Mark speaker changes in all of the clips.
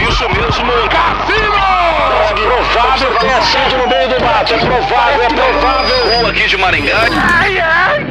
Speaker 1: Cassino! Cassino! É provável que tenha sido no meio do mato. É provável, é provável. Rua aqui de Maringá. Ai, ai.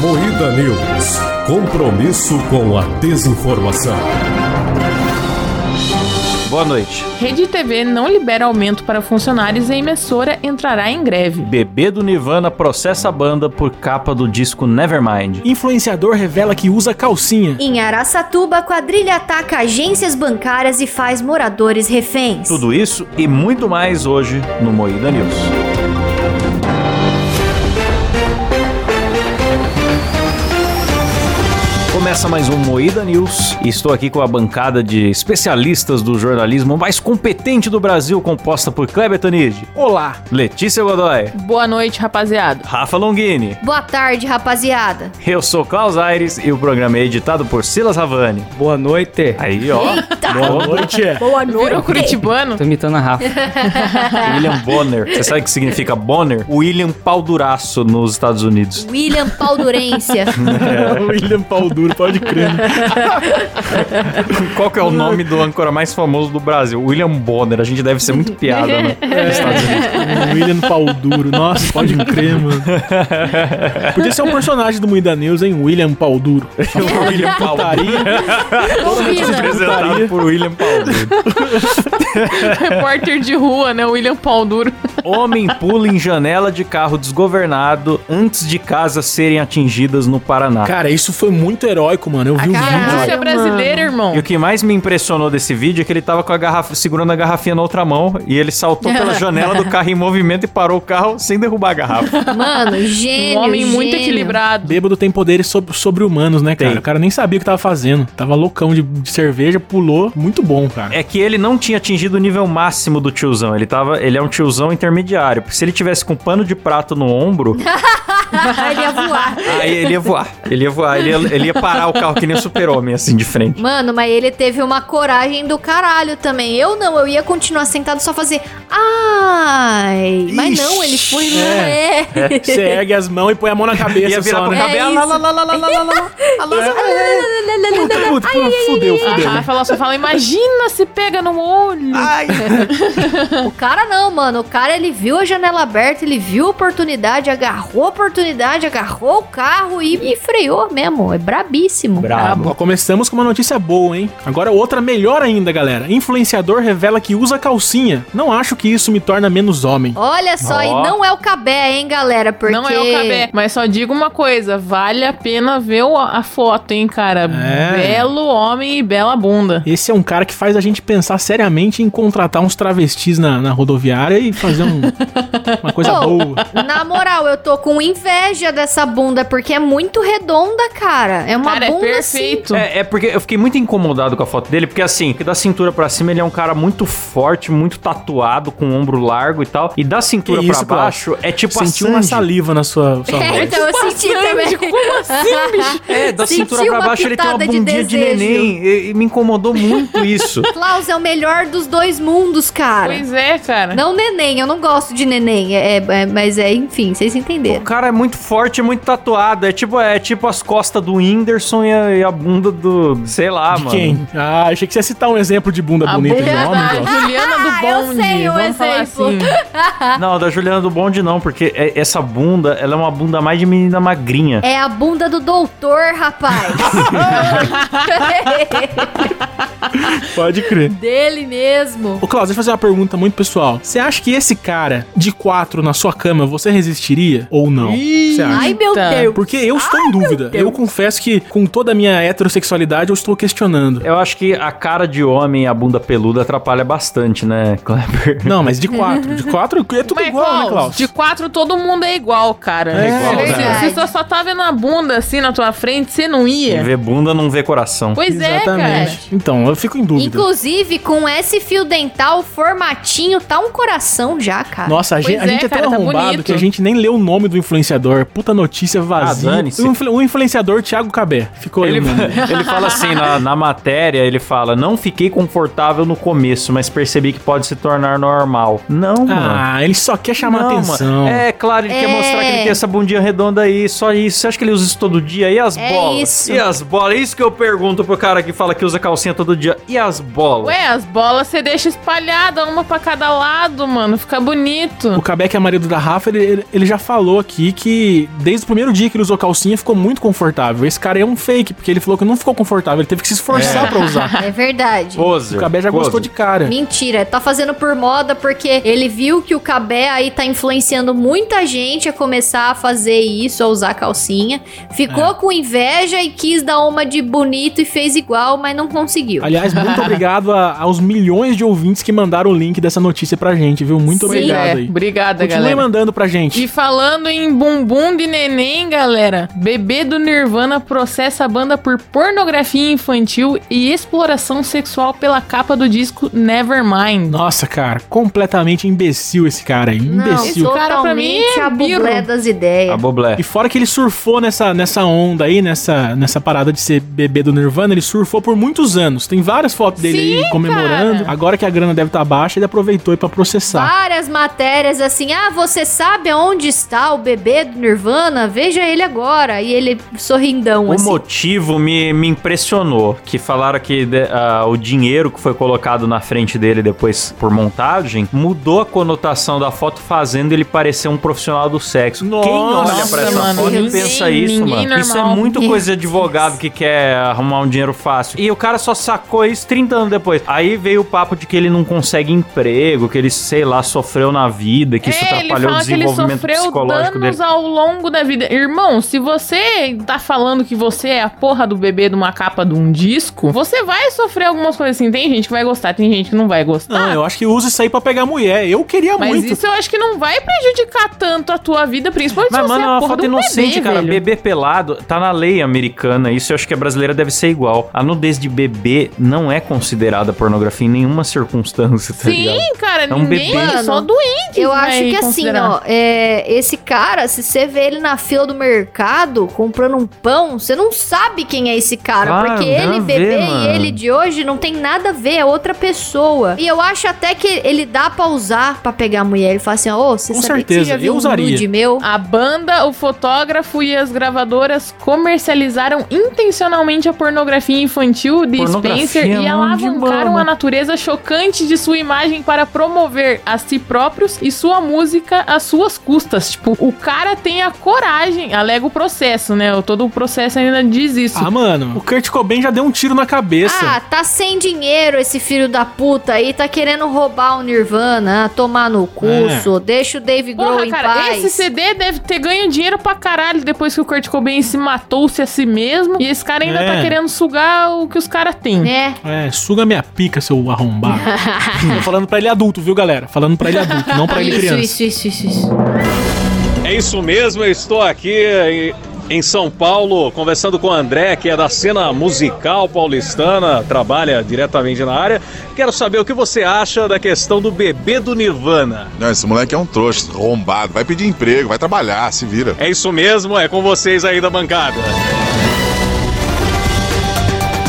Speaker 2: Moída News. Compromisso com a desinformação.
Speaker 3: Boa noite.
Speaker 4: Rede TV não libera aumento para funcionários e a emissora entrará em greve.
Speaker 3: Bebê do Nirvana processa a banda por capa do disco Nevermind.
Speaker 5: Influenciador revela que usa calcinha.
Speaker 6: Em Araçatuba, quadrilha ataca agências bancárias e faz moradores reféns.
Speaker 3: Tudo isso e muito mais hoje no Moída News. Começa mais um Moída News e estou aqui com a bancada de especialistas do jornalismo mais competente do Brasil, composta por Kleber Tanide,
Speaker 5: Olá.
Speaker 3: Letícia Godoy,
Speaker 4: Boa noite, rapaziada.
Speaker 3: Rafa Longini.
Speaker 6: Boa tarde, rapaziada.
Speaker 3: Eu sou Klaus Aires e o programa é editado por Silas Havani.
Speaker 7: Boa noite.
Speaker 3: Aí, ó.
Speaker 6: Eita!
Speaker 5: Boa noite.
Speaker 6: Boa
Speaker 4: Virou curitibano?
Speaker 7: Tô imitando a Rafa.
Speaker 3: William Bonner. Você sabe o que significa Bonner? William Pau Duraço nos Estados Unidos.
Speaker 6: William Paudurência.
Speaker 5: É, William Pau Duro, pode crer.
Speaker 3: Qual que é o nome do âncora mais famoso do Brasil? William Bonner. A gente deve ser muito piada, né?
Speaker 5: William Pau Duro, nossa, pode crer, mano. Podia ser um personagem do Muita News, hein? William Pau Duro.
Speaker 3: William Pau
Speaker 5: Putaria.
Speaker 4: Combina.
Speaker 3: Apresentado por William Pau Duro.
Speaker 4: Repórter de rua, né? William Pau Duro.
Speaker 3: Homem pula em janela de carro desgovernado antes de casas serem atingidas no Paraná.
Speaker 5: Cara, isso foi muito heróico, mano. Eu vi o
Speaker 4: Caralho,
Speaker 5: vídeo.
Speaker 4: isso é brasileiro, irmão.
Speaker 3: E o que mais me impressionou desse vídeo é que ele tava com a garrafa, segurando a garrafinha na outra mão e ele saltou pela janela do carro em movimento e parou o carro sem derrubar a garrafa.
Speaker 6: Mano, gênio.
Speaker 4: Um homem muito
Speaker 6: gênio.
Speaker 4: equilibrado.
Speaker 5: Bêbado tem poderes sob- sobre-humanos, né, cara?
Speaker 3: Tem.
Speaker 5: O cara nem sabia o que tava fazendo. Tava loucão de, de cerveja, pulou. Muito bom, cara.
Speaker 3: É que ele não tinha atingido o nível máximo do tiozão. Ele tava, ele é um tiozão intermediário, porque se ele tivesse com um pano de prato no ombro,
Speaker 6: Ele ia voar.
Speaker 3: aí ele ia voar. Ele ia voar, ele ia, ele ia parar o carro que nem o super-homem assim de frente.
Speaker 6: Mano, mas ele teve uma coragem do caralho também. Eu não, eu ia continuar sentado só fazer. Ai! Mas não, ele foi. É.
Speaker 5: Você ergue as mãos e põe a mão na cabeça
Speaker 3: Ia virar
Speaker 5: só,
Speaker 3: pro
Speaker 5: né?
Speaker 6: É
Speaker 3: cabelo. lá, lá, lá, lá, lá, lá, lá.
Speaker 5: Puta, puta, fudeu,
Speaker 4: A
Speaker 5: fudeu.
Speaker 4: Rafa ela Ah, só fala, imagina se pega no olho.
Speaker 6: Ah,
Speaker 3: Ai.
Speaker 6: O cara não, mano. O cara ele viu a janela aberta, ele viu a oportunidade, agarrou a oportunidade, agarrou o carro e, e freou mesmo. É brabíssimo.
Speaker 3: Brabo.
Speaker 5: Ó, Tá começamos com uma notícia boa, hein? Agora outra melhor ainda, galera. Influenciador revela que usa calcinha. Não acho que isso me torna menos homem.
Speaker 6: Olha só, e
Speaker 3: Ó.
Speaker 6: não é o cabé, hein, galera? Porque.
Speaker 4: Não é o cabé. Mas só digo uma coisa, vale a pena ver o- a foto, hein, cara.
Speaker 5: É.
Speaker 4: Belo homem e bela bunda.
Speaker 5: Esse é um cara que faz a gente pensar seriamente em contratar uns travestis na, na rodoviária e fazer um- uma coisa
Speaker 6: Pô,
Speaker 5: boa.
Speaker 6: Na moral, eu tô com inveja dessa bunda, porque é muito redonda, cara. É uma
Speaker 4: cara, é
Speaker 6: bunda assim.
Speaker 4: perfeito.
Speaker 3: É, é porque eu fiquei muito incomodado com a foto dele, porque assim, que da cintura pra cima ele é um cara muito forte, muito tatuado, com ombro largo e tal. E da cintura
Speaker 5: Que
Speaker 3: pra
Speaker 5: isso,
Speaker 3: baixo é tipo
Speaker 5: Sentiu
Speaker 3: a
Speaker 5: uma
Speaker 3: Sandy.
Speaker 5: saliva na sua, sua
Speaker 6: É,
Speaker 5: voz.
Speaker 6: então eu senti também. Como assim, bicho?
Speaker 3: É, da
Speaker 6: Sentiu
Speaker 3: cintura pra
Speaker 6: uma
Speaker 3: baixo ele tem uma
Speaker 6: pitada de
Speaker 3: bundinha de,
Speaker 6: desejo.
Speaker 3: neném. E, e me incomodou muito isso.
Speaker 6: Klaus é o melhor dos dois mundos, cara.
Speaker 4: Pois é, cara.
Speaker 6: Não neném, eu não gosto de neném. é- é- é- mas é, enfim, vocês
Speaker 3: O
Speaker 6: entenderam.
Speaker 3: cara é muito forte, é muito tatuado. É tipo, é tipo as costas do Whindersson e a, e a bunda do. Sei lá,
Speaker 5: De
Speaker 3: mano.
Speaker 5: quem? Ah, achei que você ia citar um exemplo de bunda
Speaker 4: A
Speaker 5: bonita de um
Speaker 4: bunda é
Speaker 5: homem.
Speaker 4: da
Speaker 5: Klaus.
Speaker 4: Juliana do
Speaker 6: Ah, eu
Speaker 4: Bonde.
Speaker 6: sei o
Speaker 4: Vamos falar
Speaker 6: exemplo.
Speaker 4: assim.
Speaker 3: Não, da Juliana do Bonde não, porque é- essa bunda, ela é uma bunda mais de menina magrinha.
Speaker 6: É a bunda do doutor, rapaz.
Speaker 5: Pode crer.
Speaker 6: Dele mesmo.
Speaker 5: Ô, Klaus, deixa eu fazer uma pergunta muito pessoal. Você acha que esse cara de quatro na sua cama, você resistiria ou não? Você acha?
Speaker 6: Ai, meu
Speaker 4: Eita.
Speaker 6: Deus.
Speaker 5: Porque eu estou
Speaker 4: Ah,
Speaker 5: em dúvida. Eu confesso que, com toda a minha heterossexualidade, eu estou questionando.
Speaker 3: Eu acho que a cara de homem e a bunda peluda atrapalha bastante, né, Kleber?
Speaker 5: Não, mas de quatro. De quatro é tudo
Speaker 4: Mas,
Speaker 5: igual, né,
Speaker 4: Klaus,
Speaker 5: Klaus?
Speaker 4: de quatro todo mundo é igual, cara.
Speaker 5: É
Speaker 3: igual,
Speaker 4: Se-
Speaker 6: cara.
Speaker 4: Se você só tá vendo a bunda assim na tua frente, você não
Speaker 3: Quem
Speaker 4: ia?
Speaker 3: vê bunda não vê coração.
Speaker 4: É. Pois é, cara.
Speaker 5: Exatamente. Então, eu fico em dúvida.
Speaker 6: Inclusive, com esse fio dental formatinho, tá um coração já, cara.
Speaker 5: Nossa, a gente, a
Speaker 4: Pois é,
Speaker 5: gente é, tão
Speaker 4: cara, tá
Speaker 5: arrombado
Speaker 4: bonito.
Speaker 5: que a gente nem leu o nome do influenciador. Puta notícia vazia.
Speaker 3: Ah, dane-se.
Speaker 5: o, influ- o influenciador Thiago Cabé. Ficou
Speaker 3: Ele,
Speaker 5: aí, mano.
Speaker 3: ele fala assim, na, na matéria, ele fala, não fiquei confortável no começo, mas percebi que pode se tornar normal. Não, mano.
Speaker 5: Ah, ele só quer chamar
Speaker 3: Não,
Speaker 5: atenção.
Speaker 3: mano. É, claro, ele quer
Speaker 6: É.
Speaker 3: mostrar que ele tem essa bundinha redonda aí, só isso. Você acha que ele usa isso todo dia? E as
Speaker 6: É
Speaker 3: bolas?
Speaker 6: isso.
Speaker 3: E as bolas? É isso que eu pergunto pro cara que fala que usa calcinha todo dia. E as bolas?
Speaker 4: Ué, as bolas você deixa espalhada, uma pra cada lado, mano. Fica
Speaker 5: O
Speaker 4: bonito.
Speaker 5: Cabé, que é marido da Rafa, ele- ele, ele já falou aqui que desde o primeiro dia que ele usou calcinha ficou muito confortável. Esse cara é um fake, porque ele falou que não ficou confortável, ele teve que se esforçar pra usar.
Speaker 6: É verdade.
Speaker 5: O Cabé já gostou de cara.
Speaker 6: Mentira, tá fazendo por moda porque ele viu que o Cabé aí tá influenciando muita gente a começar a fazer isso, a usar calcinha. Ficou com inveja e quis dar uma de bonito e fez igual, mas não conseguiu.
Speaker 5: Aliás, muito obrigado a- aos milhões de ouvintes que mandaram o link dessa notícia pra gente, viu? Muito
Speaker 6: Sim.
Speaker 5: obrigado
Speaker 4: é,
Speaker 5: aí.
Speaker 4: Obrigada,
Speaker 5: Continue
Speaker 4: galera.
Speaker 5: mandando pra gente.
Speaker 4: E falando em bumbum de neném, galera, bebê do Nirvana processa a banda por pornografia infantil e exploração sexual pela capa do disco Nevermind.
Speaker 5: Nossa, cara, completamente imbecil esse cara aí. Imbecil.
Speaker 4: Esse cara, pra mim, é
Speaker 6: totalmente a bublé
Speaker 4: birro.
Speaker 6: das ideias.
Speaker 3: A boblé.
Speaker 5: E fora que ele surfou nessa, nessa onda aí, nessa, nessa parada de ser bebê do Nirvana, ele surfou por muitos anos. Tem várias fotos dele
Speaker 4: Sim,
Speaker 5: aí comemorando.
Speaker 4: cara.
Speaker 5: Agora que a grana deve estar baixa, ele aproveitou aí pra processar.
Speaker 6: Várias matérias assim, ah, você sabe onde está o bebê do Nirvana? Veja ele agora. E ele sorrindão,
Speaker 4: um,
Speaker 3: O
Speaker 6: assim.
Speaker 3: motivo me, me impressionou, que falaram que de- ah, o dinheiro que foi colocado na frente dele depois por montagem mudou a conotação da foto, fazendo ele parecer um profissional do sexo.
Speaker 5: Nossa,
Speaker 3: Quem olha pra essa
Speaker 4: mano,
Speaker 3: foto e
Speaker 4: ninguém-
Speaker 3: pensa isso, mano?
Speaker 4: ninguém
Speaker 3: Isso é
Speaker 4: normal.
Speaker 3: muito coisa de advogado que quer arrumar um dinheiro fácil. E o cara só sacou isso 30 anos depois. Aí veio o papo de que ele não consegue emprego, que ele, sei lá, sofreu na vida, que isso
Speaker 4: é, ele
Speaker 3: atrapalhou o
Speaker 4: fala que ele
Speaker 3: desenvolvimento
Speaker 4: sofreu
Speaker 3: psicológico dele.
Speaker 4: danos ao longo da vida. Irmão, se você tá falando que você é a porra do bebê de uma capa de um disco, você vai sofrer algumas coisas assim. Tem gente que vai gostar, tem gente que não vai gostar.
Speaker 5: Não, eu acho que usa isso aí pra pegar mulher. Eu queria
Speaker 4: Mas
Speaker 5: muito.
Speaker 4: isso eu acho que não vai prejudicar tanto a tua vida, principalmente
Speaker 3: Mas,
Speaker 4: se você
Speaker 3: mano, é
Speaker 4: é a
Speaker 3: uma
Speaker 4: porra
Speaker 3: foto
Speaker 4: do
Speaker 3: inocente,
Speaker 4: bebê,
Speaker 3: cara.
Speaker 4: velho.
Speaker 3: Bebê pelado tá na lei americana. Isso eu acho que a brasileira deve ser igual. A nudez de bebê não é considerada pornografia em nenhuma circunstância, tá
Speaker 4: Sim,
Speaker 3: ligado?
Speaker 4: cara,
Speaker 3: É um
Speaker 4: ninguém,
Speaker 6: bebê.
Speaker 4: só doente.
Speaker 6: Eu acho que assim, ó, é, esse cara, se você vê ele na fila do mercado comprando um pão, você não sabe quem é esse cara.
Speaker 3: Claro,
Speaker 6: porque
Speaker 3: nada
Speaker 6: ele,
Speaker 3: a
Speaker 6: bebê
Speaker 3: ver,
Speaker 6: e
Speaker 3: mano.
Speaker 6: ele de hoje não tem nada a ver, é outra pessoa. E eu acho até que ele dá pra usar pra pegar a mulher. Ele fala assim, ó, ô, você
Speaker 5: Com
Speaker 6: sabia que
Speaker 5: certeza,
Speaker 6: você já viu
Speaker 5: eu
Speaker 6: um
Speaker 5: usaria.
Speaker 6: nude meu?
Speaker 4: A banda, o fotógrafo e as gravadoras comercializaram intencionalmente a pornografia infantil de
Speaker 3: Pornografia
Speaker 4: Spencer
Speaker 3: não
Speaker 4: e
Speaker 3: de
Speaker 4: alavancaram
Speaker 3: banda.
Speaker 4: a natureza chocante de sua imagem para promover a si próprios e sua música às suas custas. Tipo, o cara tem a coragem, alega o processo, né? Todo o processo ainda diz isso.
Speaker 5: Ah, mano, o Kurt Cobain já deu um tiro na cabeça.
Speaker 6: Ah, tá sem dinheiro esse filho da puta aí, tá querendo roubar o Nirvana, ah, tomar no curso, deixa o Dave Grohl
Speaker 4: Porra,
Speaker 6: em
Speaker 4: cara,
Speaker 6: paz.
Speaker 4: esse CD deve ter ganho dinheiro pra caralho depois que o Kurt Cobain se matou-se a si mesmo. E esse cara ainda
Speaker 5: É.
Speaker 4: tá querendo sugar o que os caras têm.
Speaker 6: né?
Speaker 5: É, suga minha pica, seu arrombado. Tô falando pra ele adulto, viu, galera? Falando pra ele adulto, não pra ele
Speaker 6: Isso,
Speaker 5: criança.
Speaker 6: isso, isso, isso, isso.
Speaker 7: É isso mesmo, eu estou aqui em em São Paulo conversando com o André, que é da cena musical paulistana, trabalha diretamente na área. Quero saber o que você acha da questão do bebê do Nirvana.
Speaker 8: Não, esse moleque é um trouxa, rombado. Vai pedir emprego, vai trabalhar, se vira.
Speaker 7: É isso mesmo, é com vocês aí da bancada.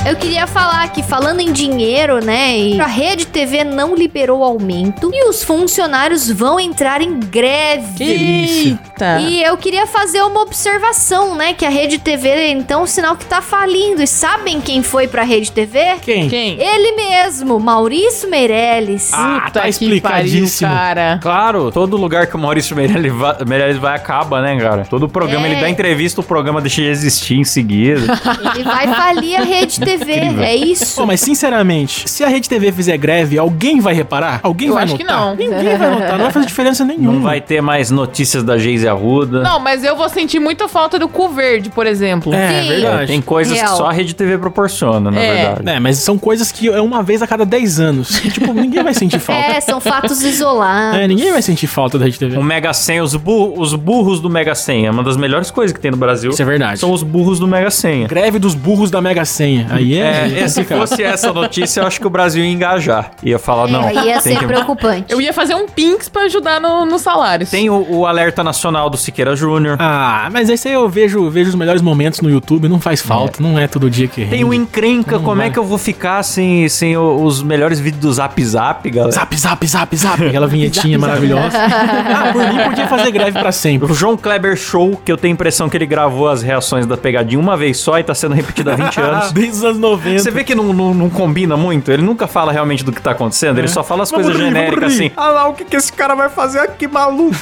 Speaker 6: Eu queria falar que, falando em dinheiro, né? e A Rede TV não liberou aumento e os funcionários vão entrar em greve.
Speaker 5: delícia.
Speaker 4: Eita!
Speaker 6: E eu queria fazer uma observação, né? Que a Rede TV, então, é um sinal que tá falindo. E sabem quem foi pra Rede TV?
Speaker 5: Quem?
Speaker 4: Quem?
Speaker 6: Ele mesmo, Maurício Meirelles.
Speaker 5: Ah, tá explicadíssimo.
Speaker 4: pariu, cara.
Speaker 3: Claro, todo lugar que o Maurício Meirelles va- Meirelles vai acaba, né, cara? Todo programa,
Speaker 6: É.
Speaker 3: ele dá entrevista, o programa deixa de existir em seguida.
Speaker 6: Ele vai falir a Rede TV. é isso.
Speaker 5: Pô, mas sinceramente, se a Rede TV fizer greve, alguém vai reparar? Alguém
Speaker 4: Eu
Speaker 5: vai
Speaker 4: acho que
Speaker 5: notar?
Speaker 4: não.
Speaker 5: Ninguém vai notar, não vai fazer diferença nenhuma.
Speaker 3: não vai ter mais notícias da Geise Arruda.
Speaker 4: Não, mas eu vou sentir muita falta do cu verde, por exemplo.
Speaker 5: É,
Speaker 6: Sim.
Speaker 3: É,
Speaker 5: verdade.
Speaker 3: tem coisas
Speaker 6: Real.
Speaker 3: que só a Rede TV proporciona, na
Speaker 4: É.
Speaker 3: verdade.
Speaker 5: É, mas são coisas que é uma vez a cada 10 anos. tipo, ninguém vai sentir falta.
Speaker 6: É, são fatos isolados.
Speaker 5: É, ninguém vai sentir falta da Rede TV.
Speaker 3: O Mega 100, os, bu- os burros do Mega 100, é uma das melhores coisas que tem no Brasil.
Speaker 5: Isso é verdade.
Speaker 3: São os burros do Mega 100.
Speaker 5: Greve dos burros da Mega Senha. Aí, aí é,
Speaker 3: É, é, se fosse essa notícia, eu acho que o Brasil ia engajar. Ia falar, não.
Speaker 6: É, ia
Speaker 3: tem
Speaker 6: ser
Speaker 3: que-
Speaker 6: preocupante.
Speaker 4: Eu ia fazer um Pinx pra ajudar no- nos salários.
Speaker 3: Tem o, o alerta nacional do Siqueira Júnior.
Speaker 5: Ah, mas esse aí eu vejo, vejo os melhores momentos no YouTube, não faz falta, não é todo dia que
Speaker 3: Tem o
Speaker 5: rende.
Speaker 3: encrenca,
Speaker 5: Não,
Speaker 3: como é
Speaker 5: vai.
Speaker 3: que eu vou ficar sem, sem o- os melhores vídeos do Zap Zap, galera?
Speaker 5: Zap, zap, zap, zap. Aquela vinhetinha maravilhosa. ah, por mim podia fazer greve pra sempre.
Speaker 3: O João Kleber Show, que eu tenho a impressão que ele gravou as reações da pegadinha uma vez só e tá sendo repetida há 20 anos.
Speaker 5: Desde os anos 90.
Speaker 3: Você vê que não, não- não combina muito? Ele nunca fala realmente do que tá acontecendo, ele só fala as
Speaker 5: Vamos
Speaker 3: coisas
Speaker 5: rir, vamos
Speaker 3: genéricas
Speaker 5: rir.
Speaker 3: assim. Ah lá, o que, que esse cara vai fazer aqui, maluco?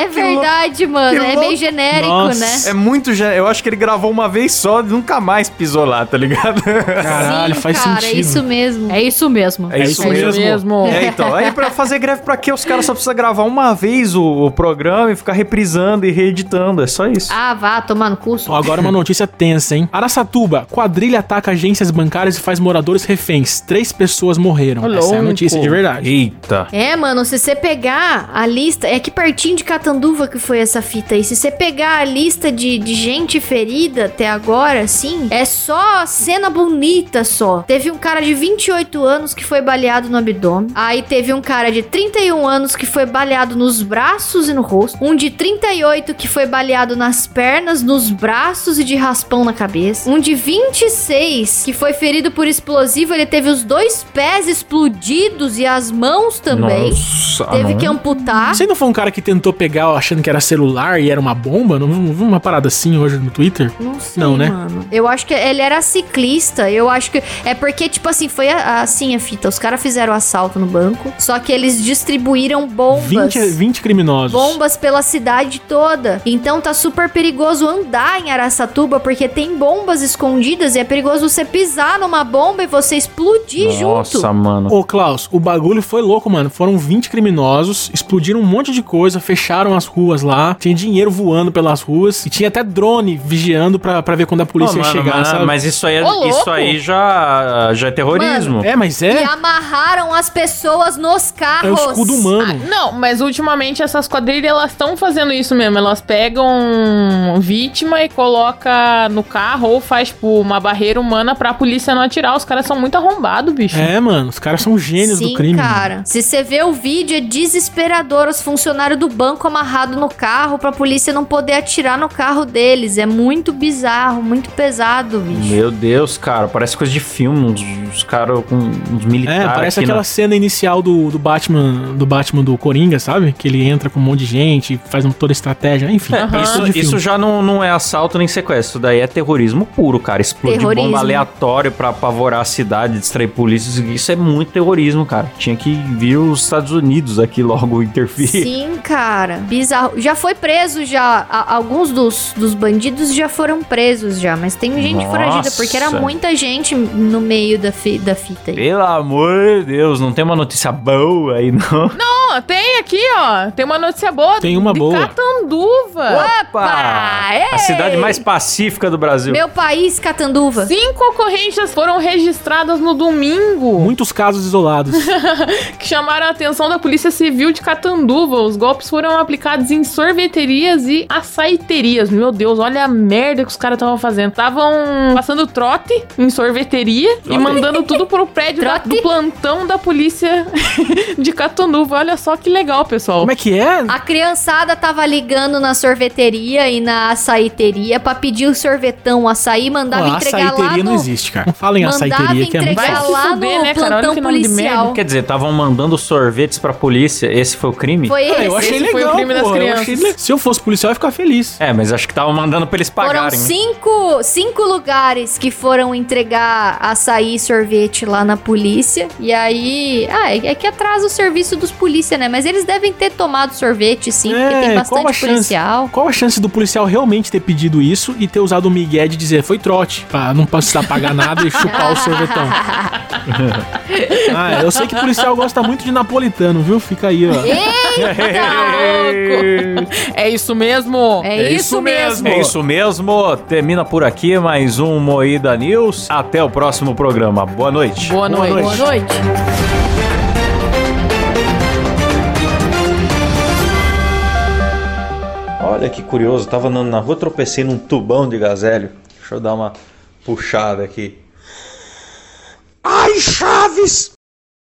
Speaker 6: é
Speaker 3: que louco.
Speaker 6: verdade, mano.
Speaker 3: que
Speaker 6: É
Speaker 3: louco.
Speaker 6: meio genérico,
Speaker 5: Nossa.
Speaker 6: né?
Speaker 3: É muito. gen- Eu acho que ele gravou uma vez só e nunca mais pisou lá, tá ligado?
Speaker 5: Caralho,
Speaker 6: Sim,
Speaker 5: faz
Speaker 6: cara,
Speaker 5: sentido.
Speaker 6: é isso mesmo. É isso mesmo.
Speaker 3: É
Speaker 5: isso mesmo.
Speaker 3: É, então. Aí pra fazer greve pra quê? Os caras só precisam gravar uma vez o, o programa e ficar reprisando e reeditando. É só isso.
Speaker 6: Ah, vá, tomar no curso.
Speaker 5: Ó, agora uma notícia tensa, hein? Araçatuba, quadrilha ataca agências bancárias e faz moradores reféns. Três pessoas morreram.
Speaker 4: Ô,
Speaker 5: Essa é a
Speaker 4: louco.
Speaker 5: notícia de verdade.
Speaker 3: Eita.
Speaker 6: É, mano, se você pegar a lista. É que pertinho de Catanduva que foi essa fita aí. Se você pegar a lista de, de gente ferida até agora, assim, é só cena bonita só. Teve um cara de 28 anos que foi baleado no abdômen. Aí teve um cara de 31 anos que foi baleado nos braços e no rosto. Um de 38 que foi baleado nas pernas, nos braços e de raspão na cabeça. Um de 26 que foi ferido por explosivo. Ele teve os dois pés explodidos e as mãos também.
Speaker 3: Nossa,
Speaker 6: Teve
Speaker 5: Ah,
Speaker 3: não.
Speaker 5: né?
Speaker 6: que amputar.
Speaker 5: Você não foi um cara que tentou pegar achando que era celular e era uma bomba? Não não viu uma parada assim hoje no Twitter?
Speaker 6: Não sei,
Speaker 5: Não, né?
Speaker 6: mano. Eu acho que ele era ciclista. Eu acho que. É porque, tipo assim, foi a- a- assim a fita. Os caras fizeram assalto no banco. Só que eles distribuíram bombas.
Speaker 5: 20, 20 eh, criminosos.
Speaker 6: Bombas pela cidade toda. Então tá super perigoso andar em Araçatuba porque tem bombas escondidas e é perigoso você pisar numa bomba e você explodir junto.
Speaker 3: Nossa, mano.
Speaker 5: Ô, Klaus, o bagulho foi louco, mano. Foram 20 criminosos, explodiram um monte de coisa, fecharam as ruas lá, tinha dinheiro voando pelas ruas e tinha até drone vigiando pra, pra ver quando a polícia
Speaker 3: Ô,
Speaker 5: ia
Speaker 3: mano,
Speaker 5: chegar,
Speaker 3: mas,
Speaker 5: sabe?
Speaker 3: mas isso aí, é-
Speaker 4: Ô,
Speaker 3: isso
Speaker 4: louco.
Speaker 3: aí já, já é terrorismo.
Speaker 5: É, mas
Speaker 6: E
Speaker 5: é.
Speaker 6: amarraram as pessoas nos
Speaker 5: É o
Speaker 6: carros.
Speaker 5: escudo humano.
Speaker 4: Ah,
Speaker 6: Ah,
Speaker 4: Não, mas ultimamente essas quadrilhas elas estão fazendo isso mesmo. Elas pegam vítima e coloca no carro ou faz tipo uma barreira humana pra polícia não atirar. Os caras são muito arrombados, bicho.
Speaker 5: É, mano, os caras são gênios
Speaker 6: Sim,
Speaker 5: do crime. mano.
Speaker 6: cara. Se você vê o vídeo, é desesperador. Os funcionários do banco amarrado no carro pra polícia não poder atirar no carro deles. É muito bizarro, muito pesado, bicho.
Speaker 3: Meu Deus, cara, parece coisa de filme, uns, uns caras com uns
Speaker 5: É,
Speaker 3: militares.
Speaker 5: parece
Speaker 3: aqui na-
Speaker 5: aquela cena inicial do, do Batman do Batman do Coringa, sabe? Que ele entra com um monte de gente, faz um, toda a estratégia, enfim.
Speaker 3: É,
Speaker 5: parece
Speaker 3: isso,
Speaker 5: de filme.
Speaker 3: isso já não, não é assalto nem sequestro, isso daí é terrorismo puro, cara. Explodir
Speaker 6: Terrorismo.
Speaker 3: bomba aleatório pra apavorar a cidade, distrair polícias, isso é muito terrorismo, cara. Tinha que vir os Estados Unidos aqui logo interferir.
Speaker 6: Sim, cara. Bizarro. Já foi preso já. A- alguns dos, dos bandidos já foram presos já. Mas tem gente
Speaker 3: Nossa.
Speaker 6: foragida, porque era muita gente no meio da, fi- da fita aí.
Speaker 3: Pelo amor de Deus, não tem uma notícia boa aí, não.
Speaker 4: Ó, tem aqui, ó. Tem uma notícia boa.
Speaker 5: Tem uma
Speaker 4: de
Speaker 5: boa.
Speaker 4: Catanduva.
Speaker 6: Opa!
Speaker 3: A
Speaker 6: Ei!
Speaker 3: cidade mais pacífica do Brasil.
Speaker 6: Meu país, Catanduva.
Speaker 4: Cinco ocorrências foram registradas no domingo.
Speaker 5: Muitos casos isolados.
Speaker 4: que chamaram a atenção da Polícia Civil de Catanduva. Os golpes foram aplicados em sorveterias e açaiterias. Meu Deus, olha a merda que os caras estavam fazendo. Estavam passando trote em sorveteria e mandando tudo pro prédio da-
Speaker 6: Trote?
Speaker 4: do plantão da Polícia de Catanduva. Olha só que legal, pessoal.
Speaker 5: Como é que é?
Speaker 6: A criançada tava ligando na sorveteria e na açaiteria pra pedir o sorvetão, o açaí, mandava
Speaker 5: Ó,
Speaker 6: entregar lá
Speaker 5: açaiteria
Speaker 6: no...
Speaker 5: não existe, cara. Não fala em
Speaker 6: Mandava
Speaker 5: açaiteria, que é muito
Speaker 6: entregar
Speaker 5: fácil.
Speaker 4: Vai se
Speaker 6: lá
Speaker 4: fuder,
Speaker 6: no
Speaker 4: né, cara? Olha
Speaker 6: plantão
Speaker 4: que nome de
Speaker 6: policial.
Speaker 4: merda.
Speaker 3: Quer dizer, estavam mandando sorvetes pra polícia, esse foi o
Speaker 4: é.
Speaker 3: crime?
Speaker 6: Foi
Speaker 5: Ah,
Speaker 6: esse.
Speaker 5: eu achei
Speaker 4: Esse foi o
Speaker 5: legal,
Speaker 4: crime das
Speaker 5: pô, eu
Speaker 4: crianças.
Speaker 5: achei le- Se eu fosse policial, eu ia ficar feliz.
Speaker 3: É, mas acho que estavam mandando pra eles
Speaker 6: Foram
Speaker 3: pagarem. né?
Speaker 6: cinco, cinco lugares que foram entregar açaí e sorvete lá na polícia. E aí. Ah, é é que atrasa o serviço dos polícia, né? Mas eles devem ter tomado sorvete, sim, porque tem
Speaker 5: É, qual a
Speaker 6: bastante
Speaker 5: chance-
Speaker 6: policial.
Speaker 5: Qual a chance do policial realmente ter pedido isso e ter usado o migué de dizer foi trote, pra não precisar pagar nada e chupar Tá, o sorvetão? ah, eu sei que policial gosta muito de napolitano, viu? Fica aí, ó.
Speaker 4: Tá
Speaker 6: tá
Speaker 4: É isso mesmo.
Speaker 6: É, isso, mesmo.
Speaker 3: É isso mesmo. Termina por aqui mais um Moída News. Até o próximo programa. Boa noite.
Speaker 4: Boa noite.
Speaker 5: noite.
Speaker 4: Boa noite.
Speaker 7: Olha que curioso, tava andando na rua, tropecei num tubão de gazelho. Deixa eu dar uma puxada aqui.
Speaker 3: Ai, Chaves!